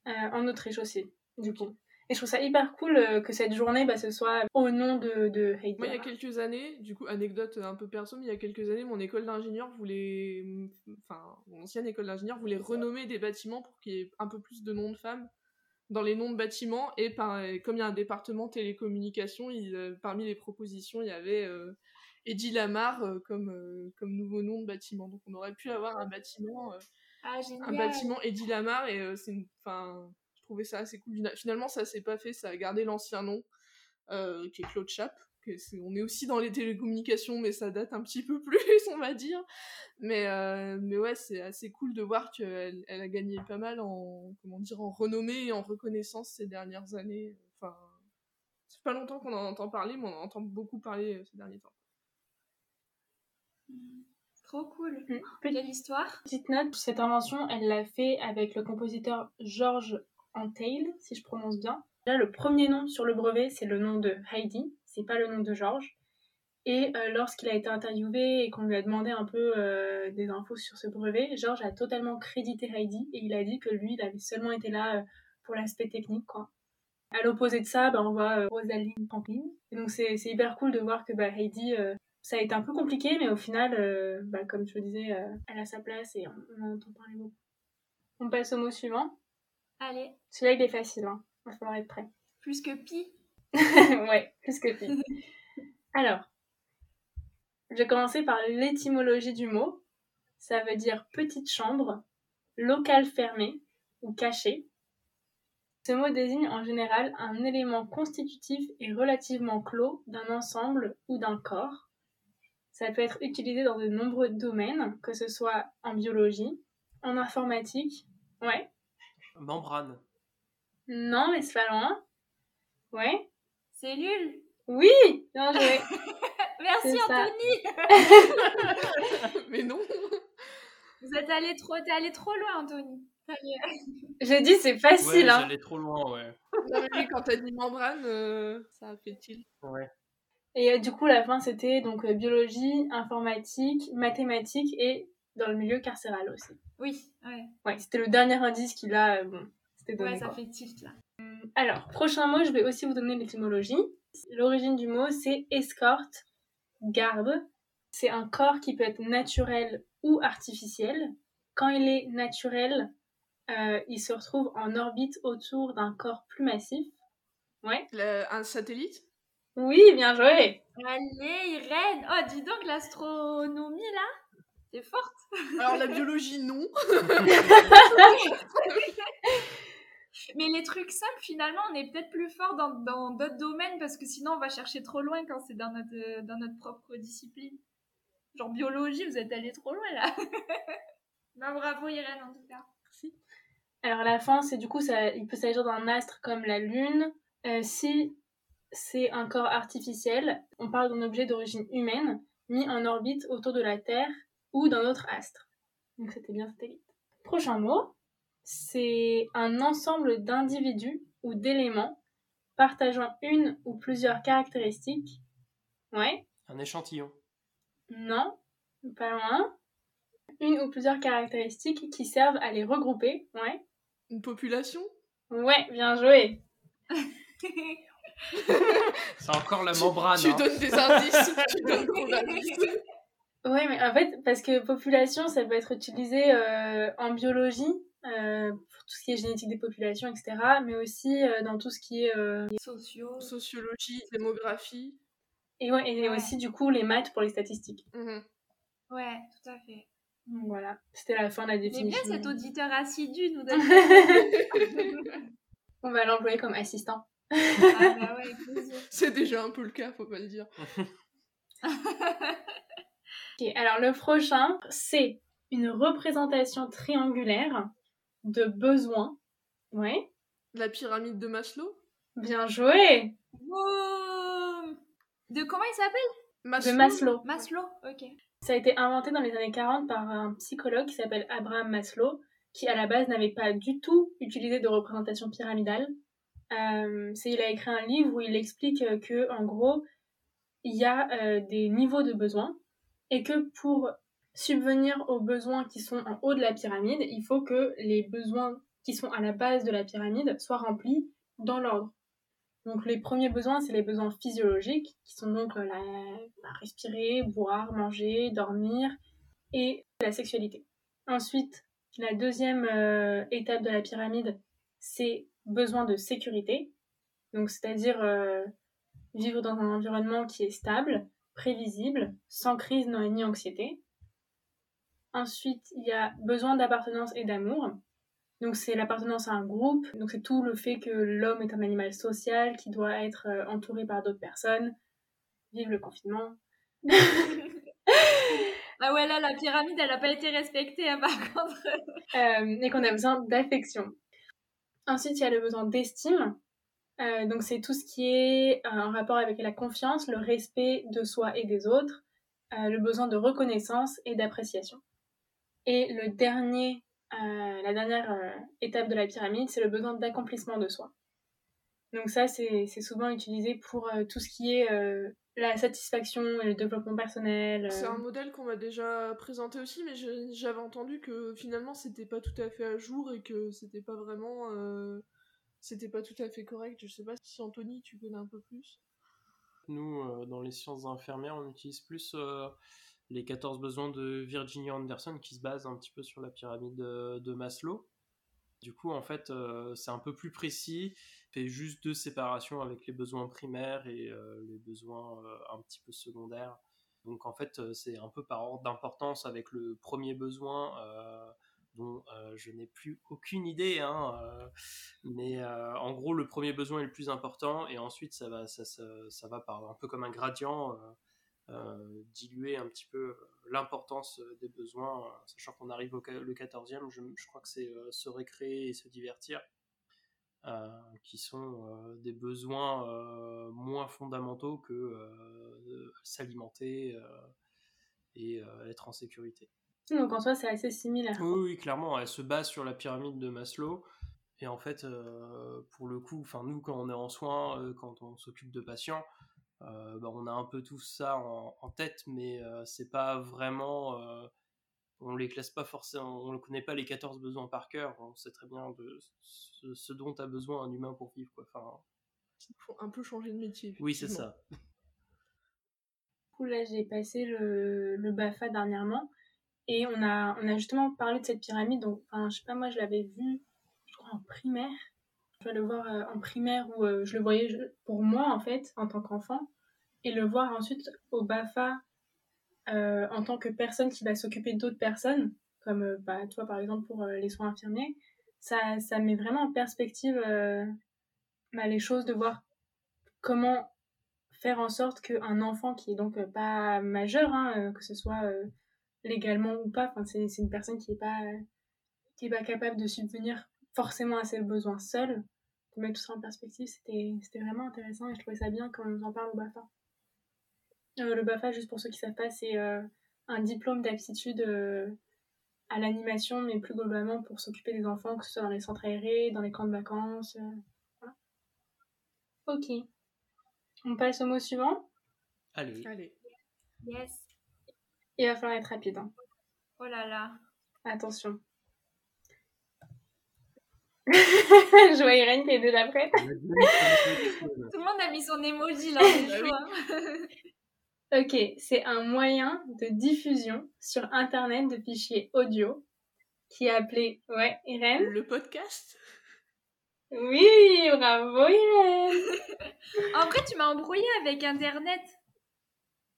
Speaker 1: Euh, en Autriche aussi, du coup. Et je trouve ça hyper cool euh, que cette journée, bah, ce soit au nom de, de Heidi.
Speaker 3: Moi, il y a
Speaker 1: Lamar.
Speaker 3: quelques années, du coup, anecdote un peu perso, mais il y a quelques années, mon école d'ingénieur voulait. Enfin, mon ancienne école d'ingénieur voulait renommer des bâtiments pour qu'il y ait un peu plus de noms de femmes dans les noms de bâtiments. Et par- comme il y a un département télécommunications, il, euh, parmi les propositions, il y avait euh, Eddie Lamar euh, comme, euh, comme nouveau nom de bâtiment. Donc, on aurait pu avoir un bâtiment, euh,
Speaker 2: Ah,
Speaker 3: un
Speaker 2: génial.
Speaker 1: bah,
Speaker 3: bâtiment Eddie Lamar, et euh, c'est une. Enfin, je trouvais ça assez cool. Fina- Finalement, ça s'est pas fait, ça a gardé l'ancien nom, euh, qui est Claude Chap. que c'est- on est aussi dans les télécommunications, mais ça date un petit peu plus, on va dire. Mais, euh, mais ouais, c'est assez cool de voir qu'elle elle a gagné pas mal en, comment dire, en renommée et en reconnaissance ces dernières années. Enfin, c'est pas longtemps qu'on en entend parler, mais on en entend beaucoup parler euh, ces derniers temps.
Speaker 2: Trop cool.
Speaker 1: Mm. Petit-
Speaker 2: Quelle histoire.
Speaker 1: Petite note, cette invention, elle l'a fait avec le compositeur George Antheil, si je prononce bien. Là, le premier nom sur le brevet, c'est le nom de Heidi, c'est pas le nom de George. Et euh, lorsqu'il a été interviewé et qu'on lui a demandé un peu euh, des infos sur ce brevet, George a totalement crédité Heidi et il a dit que lui, il avait seulement été là euh, pour l'aspect technique, quoi. À l'opposé de ça, bah, on voit euh, Rosalind Franklin. Et donc c'est c'est hyper cool de voir que bah, Heidi, euh, ça a été un peu compliqué, mais au final, euh, bah, comme je le disais, euh, elle a sa place et on, on en entend parler beaucoup. On passe au mot suivant.
Speaker 2: Allez,
Speaker 1: Celui-là, il est facile, hein. il va falloir être prêt.
Speaker 2: plus que pi.
Speaker 1: ouais, plus que pire. Alors, je vais commencer par l'étymologie du mot. Ça veut dire petite chambre, local fermé ou caché. Ce mot désigne en général un élément constitutif et relativement clos d'un ensemble ou d'un corps. Ça Ça peut être utilisé dans de nombreux domaines, que ce soit en biologie, en informatique. Ouais.
Speaker 4: Membrane.
Speaker 1: Non, mais c'est pas loin. Ouais.
Speaker 2: Cellule
Speaker 1: Oui Bien joué.
Speaker 2: Merci
Speaker 1: C'est ça.
Speaker 2: Anthony
Speaker 3: Mais non
Speaker 2: Vous êtes allé trop, t'es allé trop loin Anthony. T'es allé-
Speaker 1: J'ai dit c'est facile,
Speaker 4: ouais,
Speaker 1: hein.
Speaker 4: j'allais trop loin, ouais.
Speaker 3: Non, mais quand t'as dit membrane, euh, ça fait il
Speaker 1: Et euh, du coup, la fin, c'était donc euh, biologie, informatique, mathématiques et dans le milieu carcéral aussi.
Speaker 2: Oui, ouais.
Speaker 1: Ouais, c'était le dernier indice qu'il a. euh, bon, c'était donné.
Speaker 2: ouais, ça
Speaker 1: quoi.
Speaker 2: fait tilt là.
Speaker 1: Alors, prochain mot, je vais aussi vous donner l'étymologie. L'origine du mot, c'est escorte, garde. C'est un corps qui peut être naturel ou artificiel. Quand il est naturel, euh, il se retrouve en orbite autour d'un corps plus massif.
Speaker 3: La- un satellite
Speaker 1: Oui, bien joué
Speaker 2: Allez Irène Oh dis donc l'astronomie là T'es forte
Speaker 3: Alors la biologie, non.
Speaker 2: Mais les trucs simples, finalement, on est peut-être plus fort dans dans d'autres domaines parce que sinon, on va chercher trop loin quand c'est dans notre, euh, dans notre propre discipline. Genre biologie, vous êtes allé trop loin là. non, bravo Irène en tout cas.
Speaker 1: Alors la fin, c'est du coup, ça, il peut s'agir d'un astre comme la Lune. Euh, si c'est un corps artificiel, on parle d'un objet d'origine humaine mis en orbite autour de la Terre ou d'un autre astre. Donc c'était bien satellite. Prochain mot, c'est un ensemble d'individus ou d'éléments partageant une ou plusieurs caractéristiques. Ouais,
Speaker 4: Un échantillon.
Speaker 1: non, pas loin. Une ou plusieurs caractéristiques qui servent à les regrouper. Ouais,
Speaker 3: Une population
Speaker 1: ouais, bien joué.
Speaker 4: C'est encore la membrane.
Speaker 3: Tu
Speaker 4: hein.
Speaker 3: donnes des indices, tu donnes trop d'indices.
Speaker 1: Oui, mais en fait, parce que population, ça peut être utilisé euh, en biologie, euh, pour tout ce qui est génétique des populations, etc., mais aussi euh, dans tout ce qui est... euh,
Speaker 2: Sociaux.
Speaker 3: Sociologie, démographie.
Speaker 1: Et, ouais, et
Speaker 2: Ouais.
Speaker 1: aussi, du coup, les maths pour les statistiques.
Speaker 3: Mhm.
Speaker 2: Ouais, tout à fait.
Speaker 1: Donc, voilà, c'était la fin de la
Speaker 2: C'est bien
Speaker 1: définition.
Speaker 2: cet auditeur assidu nous donne.
Speaker 1: On va l'employer comme assistant.
Speaker 2: ah bah ouais, avec plaisir.
Speaker 3: C'est déjà un peu le cas, faut pas le dire.
Speaker 1: Ok, alors le prochain, c'est une représentation triangulaire de besoins. Ouais,
Speaker 3: La pyramide de Maslow
Speaker 1: bien joué
Speaker 2: Boum De comment il s'appelle
Speaker 1: De Maslow.
Speaker 2: Maslow, ok.
Speaker 1: Ça a été inventé dans les années 40 par un psychologue qui s'appelle Abraham Maslow, qui à la base n'avait pas du tout utilisé de représentation pyramidale. Euh, c'est- il a écrit un livre où il explique euh, que, en gros, il y a euh, des niveaux de besoins et que pour subvenir aux besoins qui sont en haut de la pyramide, il faut que les besoins qui sont à la base de la pyramide soient remplis dans l'ordre. Donc les premiers besoins, c'est les besoins physiologiques, qui sont donc euh, la, bah, respirer, boire, manger, dormir et la sexualité. Ensuite, la deuxième euh, étape de la pyramide, c'est besoin de sécurité, donc c'est-à-dire euh, vivre dans un environnement qui est stable, prévisible, sans crise non- ni anxiété. Ensuite, il y a besoin d'appartenance et d'amour. Donc c'est l'appartenance à un groupe, donc c'est tout le fait que l'homme est un animal social qui doit être euh, entouré par d'autres personnes. Vive le confinement.
Speaker 2: Ah ouais, là, la pyramide, elle n'a pas été respectée, hein, par contre.
Speaker 1: euh, et qu'on a besoin d'affection. Ensuite, il y a le besoin d'estime. Euh, donc, c'est tout ce qui est euh, en rapport avec la confiance, le respect de soi et des autres, euh, le besoin de reconnaissance et d'appréciation. Et le dernier, euh, la dernière euh, étape de la pyramide, c'est le besoin d'accomplissement de soi. Donc ça, c'est c'est souvent utilisé pour euh, tout ce qui est euh, la satisfaction et le développement personnel.
Speaker 3: C'est
Speaker 1: euh.
Speaker 3: un modèle qu'on m'a déjà présenté aussi, mais je- j'avais entendu que finalement c'était pas tout à fait à jour et que c'était pas vraiment. euh, C'était pas tout à fait correct. Je sais pas si Anthony, tu connais un peu plus.
Speaker 4: Nous, euh, dans les sciences infirmières, on utilise plus euh, les 14 besoins de Virginia Anderson qui se basent un petit peu sur la pyramide euh, de Maslow. Du coup, en fait, euh, c'est un peu plus précis, fait juste deux séparations avec les besoins primaires et euh, les besoins euh, un petit peu secondaires. Donc, en fait, euh, c'est un peu par ordre d'importance avec le premier besoin euh, dont euh, je n'ai plus aucune idée, hein, euh, mais euh, en gros, le premier besoin est le plus important, et ensuite ça va, ça, ça- ça va par un peu comme un gradient. euh, euh, diluer un petit peu euh, l'importance euh, des besoins, sachant qu'on arrive au, le 14e, je, je crois que c'est euh, se récréer et se divertir, euh, qui sont euh, des besoins euh, moins fondamentaux que s'alimenter euh, et euh, être en sécurité.
Speaker 1: Donc en soi, c'est assez similaire.
Speaker 4: Oui, oui, clairement, elle se base sur la pyramide de Maslow. Et en fait, euh, pour le coup, enfin nous, quand on est en soins, euh, quand on s'occupe de patients, euh, bah, on a un peu tout ça en, en tête, mais euh, c'est pas vraiment, euh, on les classe pas forcément, on ne connaît pas les 14 besoins par cœur. On sait très bien de ce, ce dont a besoin un humain pour vivre, quoi. Enfin,
Speaker 3: faut un peu changer de métier.
Speaker 4: Oui, c'est ça.
Speaker 1: Du coup, là, j'ai passé le, le Bafa dernièrement. Et on a, on a justement parlé de cette pyramide. Donc, enfin, je sais pas, moi, je l'avais vue, je crois, en primaire. Je vais le voir euh, en primaire où euh, je le voyais je, pour moi, en fait, en tant qu'enfant. Et le voir ensuite au BAFA euh, en tant que personne qui va s'occuper d'autres personnes, comme bah, toi, par exemple, pour les soins infirmiers. Ça, ça met vraiment en perspective euh, bah, les choses, de voir comment faire en sorte qu'un enfant qui est donc euh, pas majeur, hein, que ce soit légalement ou pas. Enfin, c'est, une personne qui n'est pas, euh, qui est pas capable de subvenir forcément à ses besoins seule. Pour mettre tout ça en perspective, c'était, c'était vraiment intéressant et je trouvais ça bien quand on nous en parle au BAFA. Euh, le BAFA, juste pour ceux qui ne savent pas, c'est euh, un diplôme d'aptitude euh, à l'animation, mais plus globalement pour s'occuper des enfants, que ce soit dans les centres aérés, dans les camps de vacances. euh, voilà. Ok. On passe au mot suivant
Speaker 4: Allez.
Speaker 3: Allez.
Speaker 2: Yes.
Speaker 1: Il va falloir être rapide. Hein.
Speaker 2: Oh là là.
Speaker 1: Attention. je vois Irène qui est déjà prête.
Speaker 2: Tout le monde a mis son emoji
Speaker 1: Bah
Speaker 2: là, c'est chaud. hein.
Speaker 1: ok, c'est un moyen de diffusion sur Internet de fichiers audio qui est appelé, ouais, Irène.
Speaker 3: Le podcast
Speaker 1: Oui, bravo Irène.
Speaker 2: En vrai, tu m'as embrouillé avec Internet.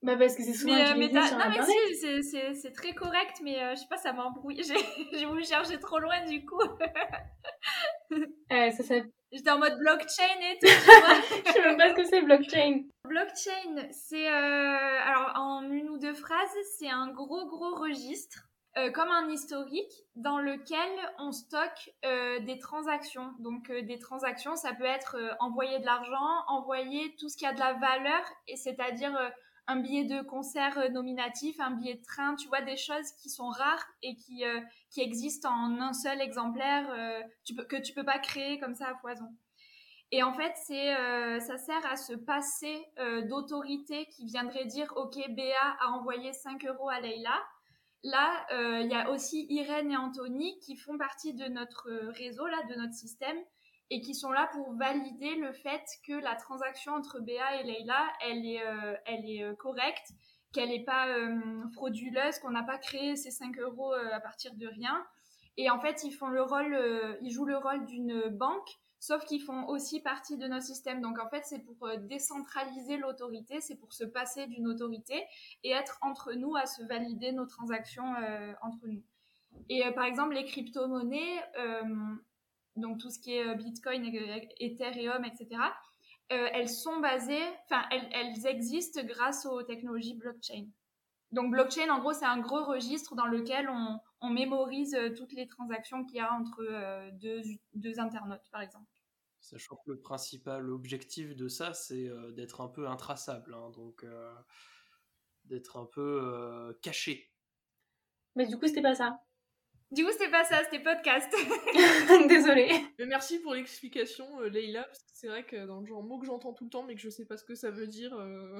Speaker 1: Bah parce que c'est souvent
Speaker 2: Mais, euh, mais
Speaker 1: utilisé
Speaker 2: t'as-
Speaker 1: sur
Speaker 2: non, mais
Speaker 1: Internet.
Speaker 2: si, c'est- c'est- c'est très correct, mais euh, je sais pas, ça m'a embrouillé. J'ai j'ai voulu chercher trop loin du coup.
Speaker 1: Euh, ça s'appelle-
Speaker 2: J'étais en mode blockchain et tout, tu vois.
Speaker 1: je sais même pas ce que c'est blockchain.
Speaker 2: Blockchain, c'est euh, alors en une ou deux phrases, c'est un gros gros registre euh, comme un historique dans lequel on stocke euh, des transactions. Donc euh, des transactions, ça peut être euh, envoyer de l'argent, envoyer tout ce qui a de la valeur, et c'est-à-dire euh, un billet de concert euh, nominatif, un billet de train, tu vois des choses qui sont rares et qui euh, qui existent en un seul exemplaire, euh, tu peux, que tu peux pas créer comme ça à foison. Et en fait, c'est euh, ça sert à se passer euh, d'autorité qui viendrait dire OK, Béa a envoyé 5 euros à Leïla. Là, euh, il y a aussi Irène et Anthony qui font partie de notre euh, réseau, là, de notre système, et qui sont là pour valider le fait que la transaction entre Béa et Leïla, elle est, euh, elle est euh, correcte, qu'elle n'est pas euh, frauduleuse, qu'on n'a pas créé ces 5 euros euh, à partir de rien. Et en fait, ils font le rôle, euh, ils jouent le rôle d'une banque sauf qu'ils font aussi partie de notre système. Donc en fait, c'est pour euh, décentraliser l'autorité, c'est pour se passer d'une autorité et être entre nous à se valider nos transactions euh, entre nous. Et euh, par exemple, les crypto-monnaies, euh, donc tout ce qui est euh, Bitcoin, euh, Ethereum, etc., euh, elles sont basées, enfin, elles, elles existent grâce aux technologies blockchain. Donc blockchain, en gros, c'est un gros registre dans lequel on, on mémorise euh, toutes les transactions qu'il y a entre euh, deux, deux internautes, par exemple.
Speaker 4: Sachant que le principal objectif de ça, c'est euh, d'être un peu intraçable, hein, donc euh, d'être un peu euh, caché.
Speaker 1: Mais du coup, c'était pas ça.
Speaker 2: Du coup, c'était pas ça, c'était podcast.
Speaker 1: Désolée.
Speaker 3: Mais merci pour l'explication, euh, Leïla, parce que c'est vrai que dans le genre mot que j'entends tout le temps, mais que je sais pas ce que ça veut dire. euh,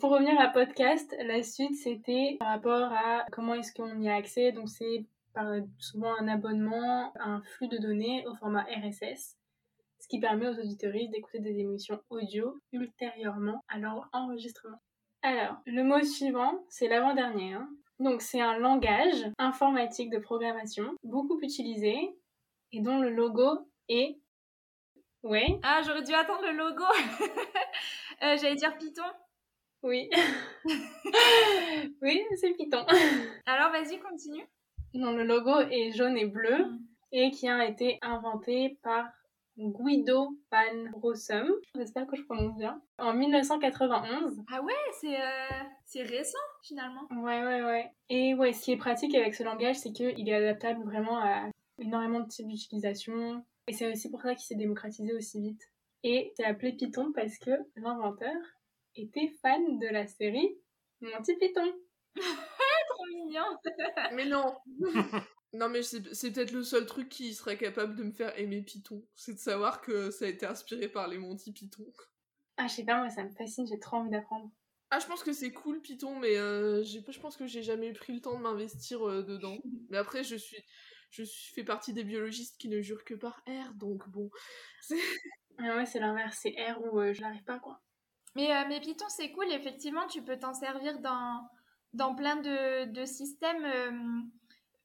Speaker 1: Pour revenir à podcast, la suite c'était par rapport à comment est-ce qu'on y a accès. Donc c'est par souvent un abonnement, à un flux de données au format RSS, ce qui permet aux auditoristes d'écouter des émissions audio ultérieurement à leur enregistrement. Alors, le mot suivant, c'est l'avant-dernier. hein. Donc c'est un langage informatique de programmation beaucoup utilisé et dont le logo est... Ouais,
Speaker 2: Ah, j'aurais dû attendre le logo. Euh, J'allais dire Python.
Speaker 1: oui. oui, c'est Python.
Speaker 2: Alors, vas-y, continue.
Speaker 1: dont le logo est jaune et bleu
Speaker 2: Mm.
Speaker 1: et qui a été inventé par Guido van Rossum, j'espère que je prononce bien, en 1991.
Speaker 2: Ah ouais, c'est euh, c'est récent finalement.
Speaker 1: Ouais, ouais, ouais. Et ouais, ce qui est pratique avec ce langage, c'est qu'il est adaptable vraiment à énormément de types d'utilisation. Et c'est aussi pour ça qu'il s'est démocratisé aussi vite. Et c'est appelé Python parce que l'inventeur était fan de la série Mon petit Python.
Speaker 2: Trop mignon.
Speaker 3: Mais non Non, mais c'est c'est peut-être le seul truc qui serait capable de me faire aimer Python. C'est de savoir que ça a été inspiré par les Monty Python.
Speaker 1: Ah, je sais pas, moi ça me fascine, j'ai trop envie d'apprendre.
Speaker 3: Ah, je pense que c'est cool Python, mais euh, j'ai pas- je pense que j'ai jamais pris le temps de m'investir euh, dedans. Mais après, je suis, je suis- fais partie des biologistes qui ne jurent que par R, donc bon.
Speaker 1: Ah ouais, c'est l'inverse, c'est R où euh, je n'arrive pas quoi.
Speaker 2: Mais, euh, mais Python, c'est cool, effectivement, tu peux t'en servir dans, dans plein de, de systèmes. euh,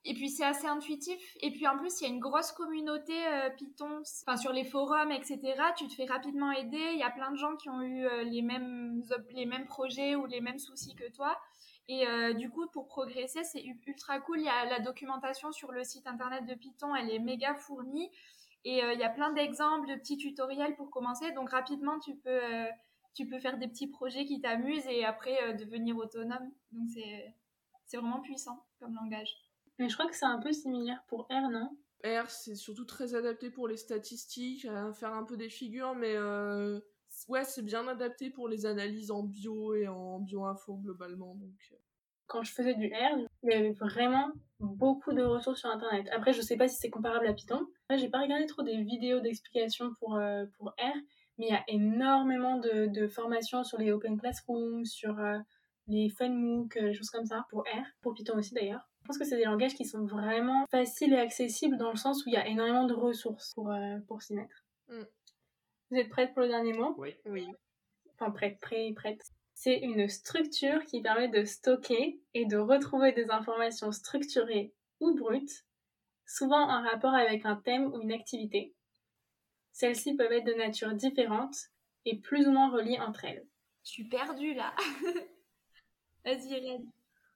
Speaker 2: et puis, c'est assez intuitif. Et puis, en plus, il y a une grosse communauté euh, Python, enfin, sur les forums, etc. Tu te fais rapidement aider. Il y a plein de gens qui ont eu euh, les, mêmes, op- les mêmes projets ou les mêmes soucis que toi. Et euh, du coup, pour progresser, c'est u- ultra cool. Il y a la documentation sur le site internet de Python, elle est méga fournie. Et euh, il y a plein d'exemples, de petits tutoriels pour commencer. Donc, rapidement, tu peux. euh, tu peux faire des petits projets qui t'amusent et après euh, devenir autonome. Donc c'est c'est vraiment puissant comme langage.
Speaker 1: Mais je crois que c'est un peu similaire pour R, non
Speaker 3: R, c'est surtout très adapté pour les statistiques, à faire un peu des figures, mais euh, ouais, c'est bien adapté pour les analyses en bio et en bio-info globalement. Donc, euh.
Speaker 1: Quand je faisais du R, il y avait vraiment beaucoup de ressources sur internet. Après, je sais pas si c'est comparable à Python. Après, j'ai pas regardé trop des vidéos d'explication pour, euh, pour R, mais il y a énormément de, de formations sur les Open Classroom, sur euh, les FunMook, euh, les choses comme ça, pour R, pour Python aussi d'ailleurs. Je pense que c'est des langages qui sont vraiment faciles et accessibles dans le sens où il y a énormément de ressources pour, euh, pour s'y mettre.
Speaker 3: Mm.
Speaker 1: Vous êtes prête pour le dernier mot
Speaker 4: Oui.
Speaker 3: Oui.
Speaker 1: enfin prête, prêt, prête. C'est une structure qui permet de stocker et de retrouver des informations structurées ou brutes, souvent en rapport avec un thème ou une activité. Celles-ci peuvent être de nature différente et plus ou moins reliées entre elles.
Speaker 2: Je suis perdue là. Vas-y Hélène.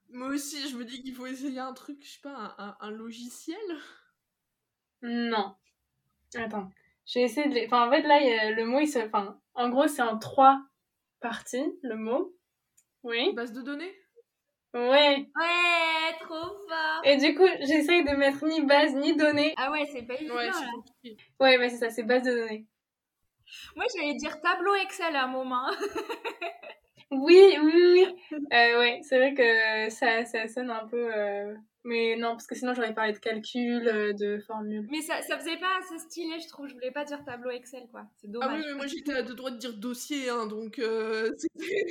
Speaker 3: Moi aussi, je me dis qu'il faut essayer un truc, je sais pas, un- un- un logiciel.
Speaker 1: Non. Attends. J'ai essayé de... les- Enfin, en fait, là, il y a- le mot, il se... Enfin, en gros, c'est en trois parties, le mot. Oui.
Speaker 3: Base de données
Speaker 1: Ouais.
Speaker 2: Ouais, trop fort.
Speaker 1: Et du coup, j'essaye de mettre ni base, ni données.
Speaker 2: Ah ouais, c'est pas évident
Speaker 3: Ouais,
Speaker 2: là.
Speaker 3: c'est compliqué.
Speaker 1: Ouais, bah c'est ça, c'est base de données.
Speaker 2: Moi j'allais dire tableau Excel à un moment.
Speaker 1: Oui, oui, oui. Euh, ouais, c'est vrai que ça, ça sonne un peu. euh, Mais non, parce que sinon j'aurais parlé de calcul, euh, de formule.
Speaker 2: Mais ça, ça faisait pas assez stylé je trouve. Je voulais pas dire tableau Excel quoi. C'est
Speaker 3: Ah
Speaker 2: dommage.
Speaker 3: oui, mais moi j'étais à deux droits de dire dossier, hein, donc euh, c'était-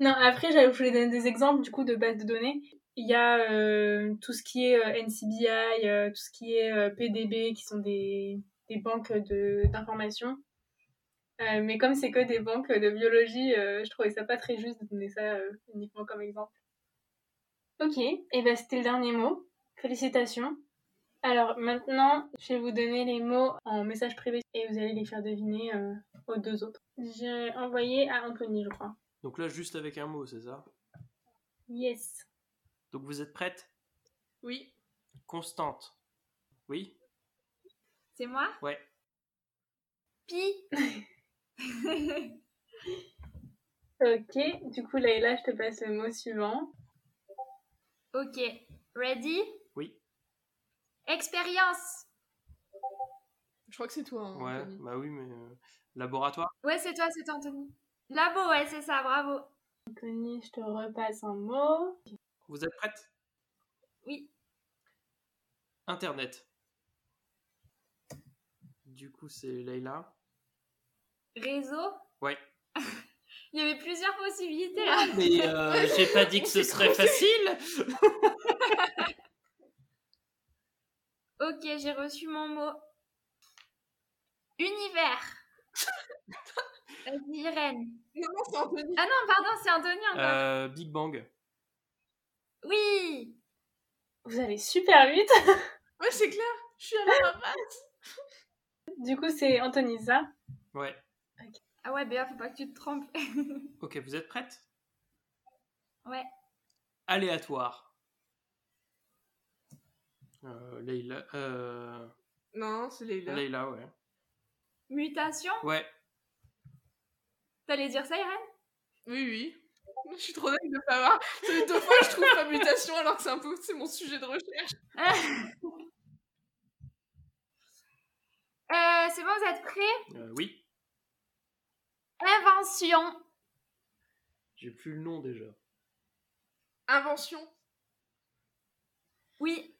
Speaker 1: Non, après, j'allais- je voulais donner des exemples du coup de base de données. Il y a euh, tout ce qui est euh, NCBI, euh, tout ce qui est euh, PDB, qui sont des, des banques de- d'informations. Euh, mais comme c'est que des banques de biologie, euh, je trouvais ça pas très juste de donner ça euh, uniquement comme exemple. Ok, et ben c'était le dernier mot. Félicitations. Alors maintenant, je vais vous donner les mots en message privé et vous allez les faire deviner euh, aux deux autres. J'ai envoyé à Anthony, je crois.
Speaker 4: Donc là, juste avec un mot, c'est ça
Speaker 1: Yes.
Speaker 4: Donc vous êtes prête
Speaker 3: Oui,
Speaker 4: Constante. Oui
Speaker 2: C'est moi
Speaker 4: Ouais.
Speaker 2: Pi.
Speaker 1: Ok, du coup Laïla, je te passe le mot suivant.
Speaker 2: ok. Ready
Speaker 4: Oui
Speaker 2: Expérience.
Speaker 3: je crois que c'est toi. hein,
Speaker 4: Ouais,
Speaker 3: Anthony.
Speaker 4: bah oui, mais... euh, Laboratoire
Speaker 2: Ouais, c'est toi, c'est toi, Anthony. Labo, ouais, c'est ça, bravo.
Speaker 1: Anthony, je te repasse un mot.
Speaker 4: Vous êtes prête
Speaker 2: Oui.
Speaker 4: Internet. Du coup, c'est Leïla.
Speaker 2: Réseau
Speaker 4: Ouais.
Speaker 2: Il y avait plusieurs possibilités là.
Speaker 4: Mais euh, j'ai pas dit que ce serait facile
Speaker 2: Ok, j'ai reçu mon mot. Univers. Vas-y, Irène.
Speaker 3: Non, non, c'est Anthony.
Speaker 2: Ah non, pardon, c'est Anthony encore.
Speaker 4: Euh, Big Bang.
Speaker 2: Oui.
Speaker 1: Vous allez super vite.
Speaker 3: Ouais, c'est clair, je suis à la maman.
Speaker 1: Du coup, c'est Anthony, c'est ça.
Speaker 4: Ouais.
Speaker 2: Ah ouais, Béa, faut pas que tu te trompes.
Speaker 4: Ok, vous êtes prête
Speaker 2: Ouais.
Speaker 4: Aléatoire. Euh, Leïla. euh,
Speaker 3: Non, c'est Leila.
Speaker 4: Leila, ouais.
Speaker 2: Mutation
Speaker 4: Ouais,
Speaker 2: T'allais dire ça, Irène
Speaker 3: Oui, oui. Je suis trop dingue de pas avoir. Ça fait deux fois que je trouve pas mutation alors que c'est un peu c'est mon sujet de recherche.
Speaker 2: Euh, C'est bon, vous êtes prêts
Speaker 4: euh, oui.
Speaker 2: Invention.
Speaker 4: J'ai plus le nom déjà.
Speaker 3: Invention.
Speaker 2: Oui.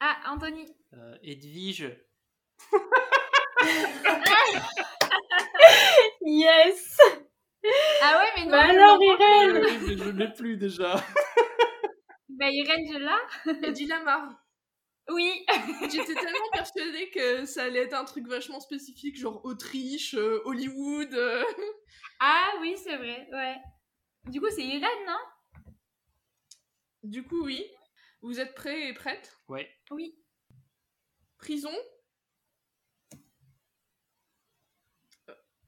Speaker 2: Ah, Anthony.
Speaker 4: Euh, Edwige.
Speaker 1: Yes
Speaker 2: Ah ouais, mais non.
Speaker 1: Bah
Speaker 2: je
Speaker 1: alors,
Speaker 2: comprends.
Speaker 1: Irène
Speaker 4: Mais je l'ai plus déjà.
Speaker 2: Bah, Irène, je l'ai.
Speaker 3: Et Dilamar.
Speaker 2: Oui.
Speaker 3: J'étais tellement persuadée que ça allait être un truc vachement spécifique, genre Autriche, euh, Hollywood. euh.
Speaker 2: Ah oui, c'est vrai, ouais. Du coup, c'est Irène, non
Speaker 3: Du coup, oui. Vous êtes prêts et prêtes
Speaker 4: Ouais.
Speaker 2: Oui.
Speaker 3: Prison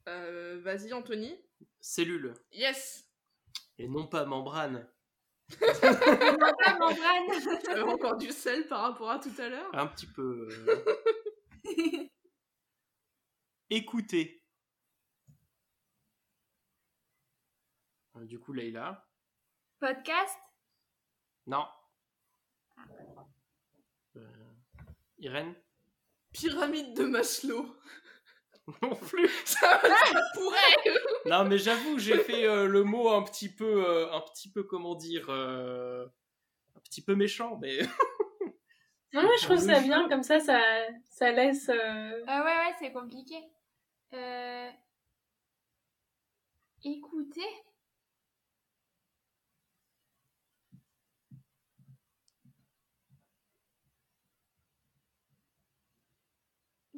Speaker 3: Euh, Vas-y, Anthony.
Speaker 4: Cellule.
Speaker 3: Yes
Speaker 4: Et non pas membrane.
Speaker 2: Ah, membrane.
Speaker 3: J'avais encore du sel par rapport à tout à l'heure.
Speaker 4: Un petit peu. euh, Écoutez. Euh, Du coup, Leila.
Speaker 2: Podcast.
Speaker 4: Non. Euh, Irène
Speaker 3: Pyramide de Maslow.
Speaker 4: Non plus.
Speaker 3: Ça, ça pourrait.
Speaker 4: Non, mais j'avoue, j'ai fait euh, le mot un petit peu, euh, un petit peu, comment dire, euh, un petit peu méchant, mais
Speaker 1: Non, moi je trouve ça bien, comme ça, ça, ça laisse. euh,
Speaker 2: Euh, ouais, ouais, c'est compliqué. Euh... Écoutez.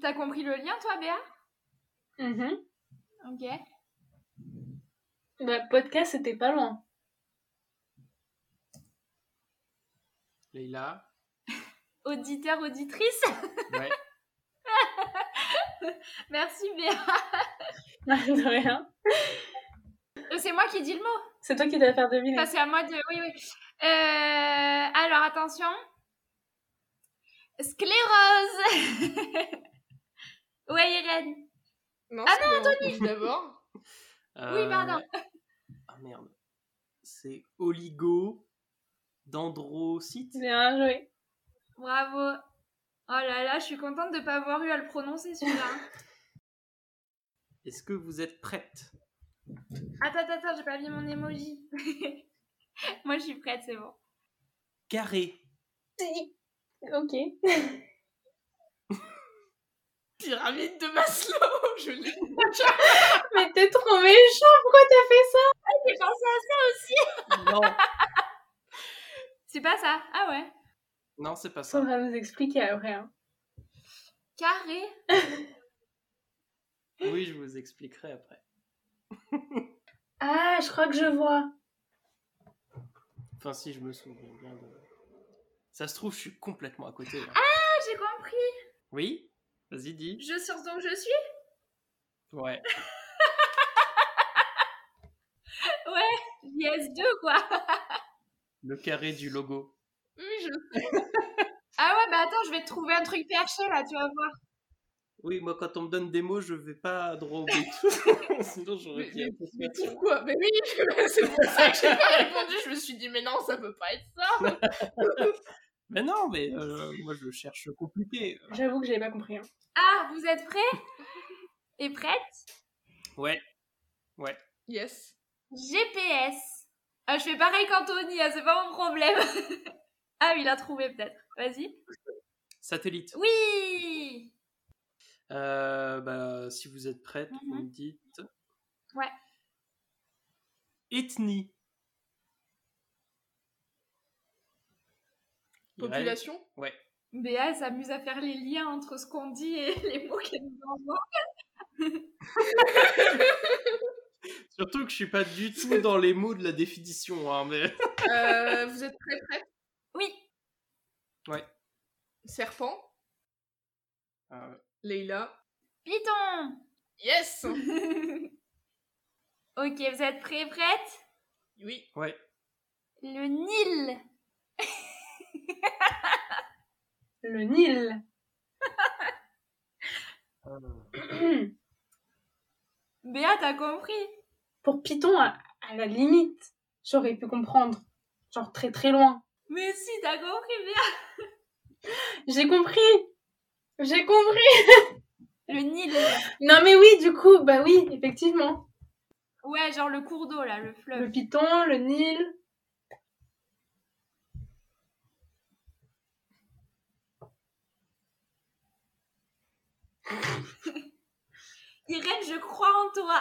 Speaker 2: T'as compris le lien, toi, Béa
Speaker 1: mhm.
Speaker 2: Ok.
Speaker 1: Bah, podcast, c'était pas loin.
Speaker 4: Leila.
Speaker 2: Auditeur, auditrice
Speaker 4: Ouais.
Speaker 2: Merci, Béa.
Speaker 1: De rien.
Speaker 2: Euh, C'est moi qui dis le mot.
Speaker 1: C'est toi qui dois faire deviner.
Speaker 2: Enfin, c'est à moi de... Oui, oui. Euh, Alors, attention. Sclérose Ouais, Irène.
Speaker 3: Non, ah non, Anthony D'abord.
Speaker 4: Euh,
Speaker 2: pardon.
Speaker 4: Ah merde. C'est oligo dendrocyte.
Speaker 1: Bien joué.
Speaker 2: Bravo. Oh là là, je suis contente de ne pas avoir eu à le prononcer celui-là. hein.
Speaker 4: Est-ce que vous êtes prête
Speaker 2: attends, attends, attends, j'ai pas mis mon emoji. Moi, je suis prête, c'est bon.
Speaker 4: Carré.
Speaker 1: Ok.
Speaker 3: Pyramide de Maslow. Je l'ai.
Speaker 1: Mais t'es trop méchant, pourquoi t'as fait ça
Speaker 2: J'ai pensé à ça.
Speaker 4: Non,
Speaker 2: C'est pas ça. Ah ouais.
Speaker 4: non, c'est pas ça.
Speaker 1: Faudra nous expliquer après. hein.
Speaker 2: Carré.
Speaker 4: Oui, je vous expliquerai après.
Speaker 1: Ah, je crois que je vois.
Speaker 4: Enfin, si je me souviens bien de. Ça se trouve, je suis complètement à côté. Là.
Speaker 2: Ah, j'ai compris.
Speaker 4: Oui Vas-y, dis.
Speaker 2: Je sur donc je suis.
Speaker 4: Ouais.
Speaker 2: JS2, quoi.
Speaker 4: Le carré du logo.
Speaker 3: Oui, je...
Speaker 2: Ah ouais, bah attends, je vais te trouver un truc perché là, tu vas voir.
Speaker 4: Oui, moi, quand on me donne des mots, je vais pas droit au but. Sinon, j'aurais
Speaker 3: mais,
Speaker 4: dit.
Speaker 3: mais-
Speaker 4: un peu
Speaker 3: mais
Speaker 4: ça.
Speaker 3: pourquoi Mais oui, c'est pour ça que j'ai pas répondu. Je me suis dit, mais non, ça peut pas être ça.
Speaker 4: Mais non, mais euh, moi, je cherche compliqué.
Speaker 1: J'avoue que je l'ai pas compris. hein.
Speaker 2: Ah, vous êtes prêts Et prête
Speaker 4: Ouais.
Speaker 3: Yes.
Speaker 2: GPS. Ah, je fais pareil qu'Anthony, hein, c'est pas mon problème. ah, il a trouvé peut-être. Vas-y.
Speaker 4: Satellite.
Speaker 2: Oui
Speaker 4: Euh, bah, si vous êtes prête, vous
Speaker 2: Mhm.
Speaker 4: me dites.
Speaker 2: Ouais.
Speaker 4: Ethnie. Irène.
Speaker 3: Population.
Speaker 4: Ouais.
Speaker 2: Béa elle s'amuse à faire les liens entre ce qu'on dit et les mots qu'elle nous envoie.
Speaker 4: Surtout que je suis pas du tout dans les mots de la définition, hein, mais.
Speaker 3: Euh, vous êtes très prêts
Speaker 2: Oui,
Speaker 3: Serpent.
Speaker 4: Ah ouais.
Speaker 3: Leila.
Speaker 2: Python
Speaker 3: Yes.
Speaker 2: Ok, vous êtes prêts, prêtes
Speaker 3: Oui.
Speaker 4: Ouais.
Speaker 2: Le Nil
Speaker 1: Le Nil.
Speaker 2: Béa, t'as compris
Speaker 1: Pour Python, à, à la limite, j'aurais pu comprendre. Genre très très loin.
Speaker 2: Mais si, t'as compris, Béa
Speaker 1: J'ai compris J'ai compris
Speaker 2: Le Nil
Speaker 1: Non mais oui, du coup, bah oui, effectivement.
Speaker 2: Ouais, genre le cours d'eau, là, le
Speaker 1: Le
Speaker 2: fleuve.
Speaker 1: Python, le Nil.
Speaker 2: Irène, je crois en toi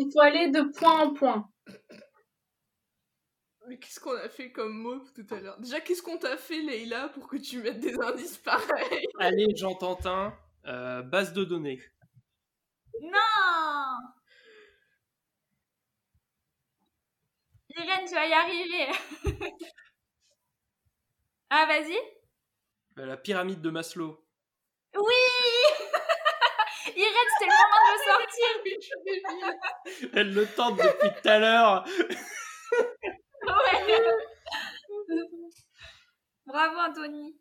Speaker 1: Il faut aller de point en point.
Speaker 3: Mais qu'est-ce qu'on a fait comme mot tout à l'heure Déjà, qu'est-ce qu'on t'a fait, Leïla, pour que tu mettes des indices pareils
Speaker 4: Allez, Jean Tintin, euh, base de données.
Speaker 2: Non Irène, tu vas y arriver Ah, vas-y
Speaker 4: Euh, La pyramide de Maslow.
Speaker 2: Irène, c'était le moment de me sortir
Speaker 4: Elle le tente depuis tout à l'heure.
Speaker 2: Ouais. Bravo Anthony.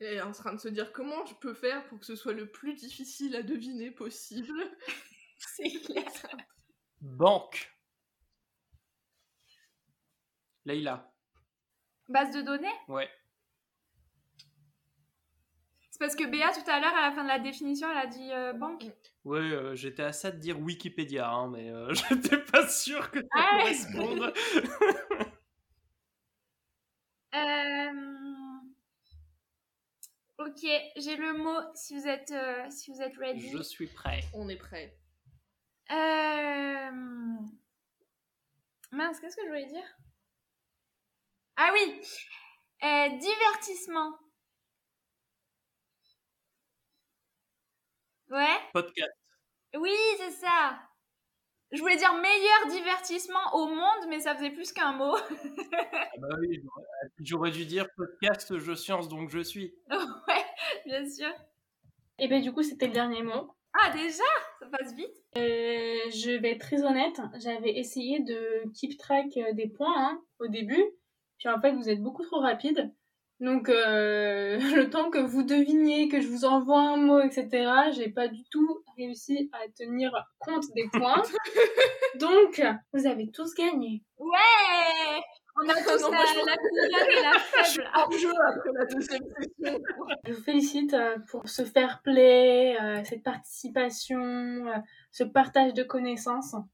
Speaker 3: Elle est en train de se dire comment je peux faire pour que ce soit le plus difficile à deviner possible.
Speaker 2: C'est clair.
Speaker 4: Banque. Leïla.
Speaker 2: Base de données
Speaker 4: Ouais.
Speaker 2: C'est parce que Béa, tout à l'heure, à la fin de la définition, elle a dit euh, banque.
Speaker 4: Ouais, euh, j'étais à ça de dire Wikipédia, hein, mais euh, j'étais pas sûr que ça
Speaker 2: Ah ouais.
Speaker 4: corresponde.
Speaker 2: Euh, Ok, j'ai le mot si vous êtes, euh, si vous êtes ready.
Speaker 4: Je suis prêt.
Speaker 3: On est prêt.
Speaker 2: Euh, Mince, qu'est-ce que je voulais dire Ah oui Euh, Divertissement. Ouais
Speaker 4: Podcast.
Speaker 2: Oui, c'est ça. Je voulais dire meilleur divertissement au monde, mais ça faisait plus qu'un mot.
Speaker 4: Ah bah oui, j'aurais- j'aurais dû dire podcast, je science, donc je suis.
Speaker 2: ouais, bien sûr.
Speaker 1: Et ben du coup, c'était le dernier mot.
Speaker 2: Ah, déjà Ça passe vite.
Speaker 1: Euh, je vais être très honnête, j'avais essayé de keep track euh, des points hein, au début, puis en fait vous êtes beaucoup trop rapide. Donc euh, le temps que vous deviniez, que je vous envoie un mot, etc., j'ai pas du tout réussi à tenir compte des points. Donc vous avez tous gagné.
Speaker 2: Ouais On a tous
Speaker 3: Non,
Speaker 2: la,
Speaker 3: moi, je
Speaker 2: la couronne et la faible.
Speaker 3: En jeu après la deuxième session.
Speaker 1: Je vous félicite euh, pour ce fair play, euh, cette participation, euh, ce partage de connaissances.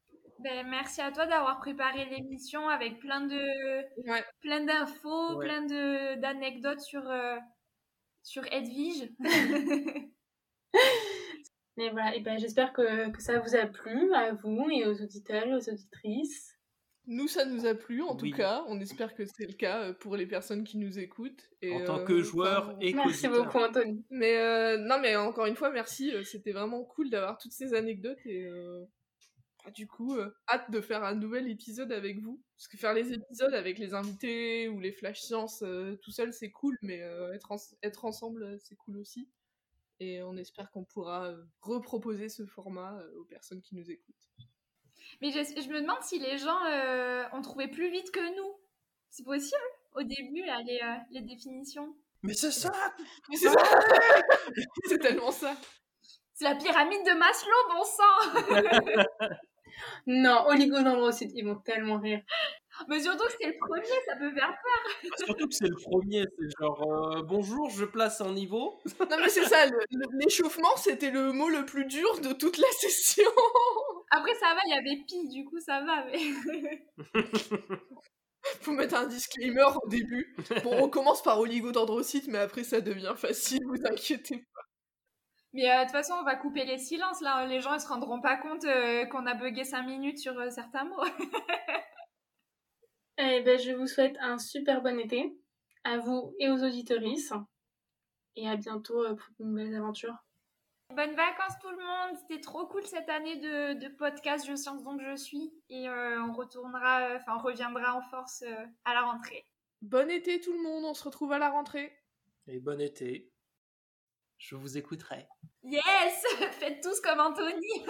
Speaker 2: Ben, merci à toi d'avoir préparé l'émission avec plein de
Speaker 3: Ouais.
Speaker 2: plein d'infos,
Speaker 4: Ouais.
Speaker 2: plein de d'anecdotes sur euh, sur Edwige.
Speaker 1: Mais voilà, et ben j'espère que, que ça vous a plu, à vous et aux auditeurs et aux auditrices.
Speaker 3: Nous, ça nous a plu, en
Speaker 4: Oui.
Speaker 3: tout cas. On espère que c'est le cas euh, pour les personnes qui nous écoutent. Et,
Speaker 4: en tant
Speaker 3: euh,
Speaker 4: que joueur
Speaker 3: enfin,
Speaker 4: et
Speaker 1: Merci
Speaker 4: qu'auditeur.
Speaker 1: beaucoup, Anthony.
Speaker 3: Mais euh, non, mais encore une fois, merci. euh, C'était vraiment cool d'avoir toutes ces anecdotes et euh, bah, du coup, euh, hâte de faire un nouvel épisode avec vous. Parce que faire les épisodes avec les invités ou les flash sciences euh, tout seul, c'est cool, mais euh, être, en- être ensemble, euh, c'est cool aussi. Et on espère qu'on pourra euh, reproposer ce format euh, aux personnes qui nous écoutent.
Speaker 2: Mais je, je me demande si les gens euh, ont trouvé plus vite que nous. C'est possible au début là les, euh, les définitions.
Speaker 4: Mais c'est ça
Speaker 3: Mais C'est ça C'est tellement ça.
Speaker 2: C'est la pyramide de Maslow, bon sang.
Speaker 1: Non, oligodendrocyte, ils vont tellement rire.
Speaker 2: Mais surtout que c'est le premier, ça peut faire peur.
Speaker 4: Surtout que c'est le premier, c'est genre euh, bonjour, je place un niveau.
Speaker 3: Non, mais c'est ça. le- le- L'échauffement, c'était le mot le plus dur de toute la session.
Speaker 2: Après ça va, il y avait pi, du coup ça va. Mais...
Speaker 3: faut mettre un disclaimer au début. Bon, on commence par oligodendrocyte, mais après ça devient facile, vous inquiétez pas.
Speaker 2: Mais euh, de toute façon, on va couper les silences là. Les gens ils se rendront pas compte euh, qu'on a bugué 5 minutes sur euh, certains mots.
Speaker 1: Eh ben, je vous souhaite un super bon été, à vous et aux auditorices, et à bientôt euh, pour de nouvelles aventures.
Speaker 2: Bonnes vacances tout le monde. C'était trop cool cette année de, de podcast Je science donc je suis et euh, on retournera, euh, enfin on reviendra en force euh, à la rentrée.
Speaker 3: Bon été tout le monde, on se retrouve à la rentrée.
Speaker 4: Et bon été. Je vous écouterai.
Speaker 2: Yes, faites tous comme Anthony.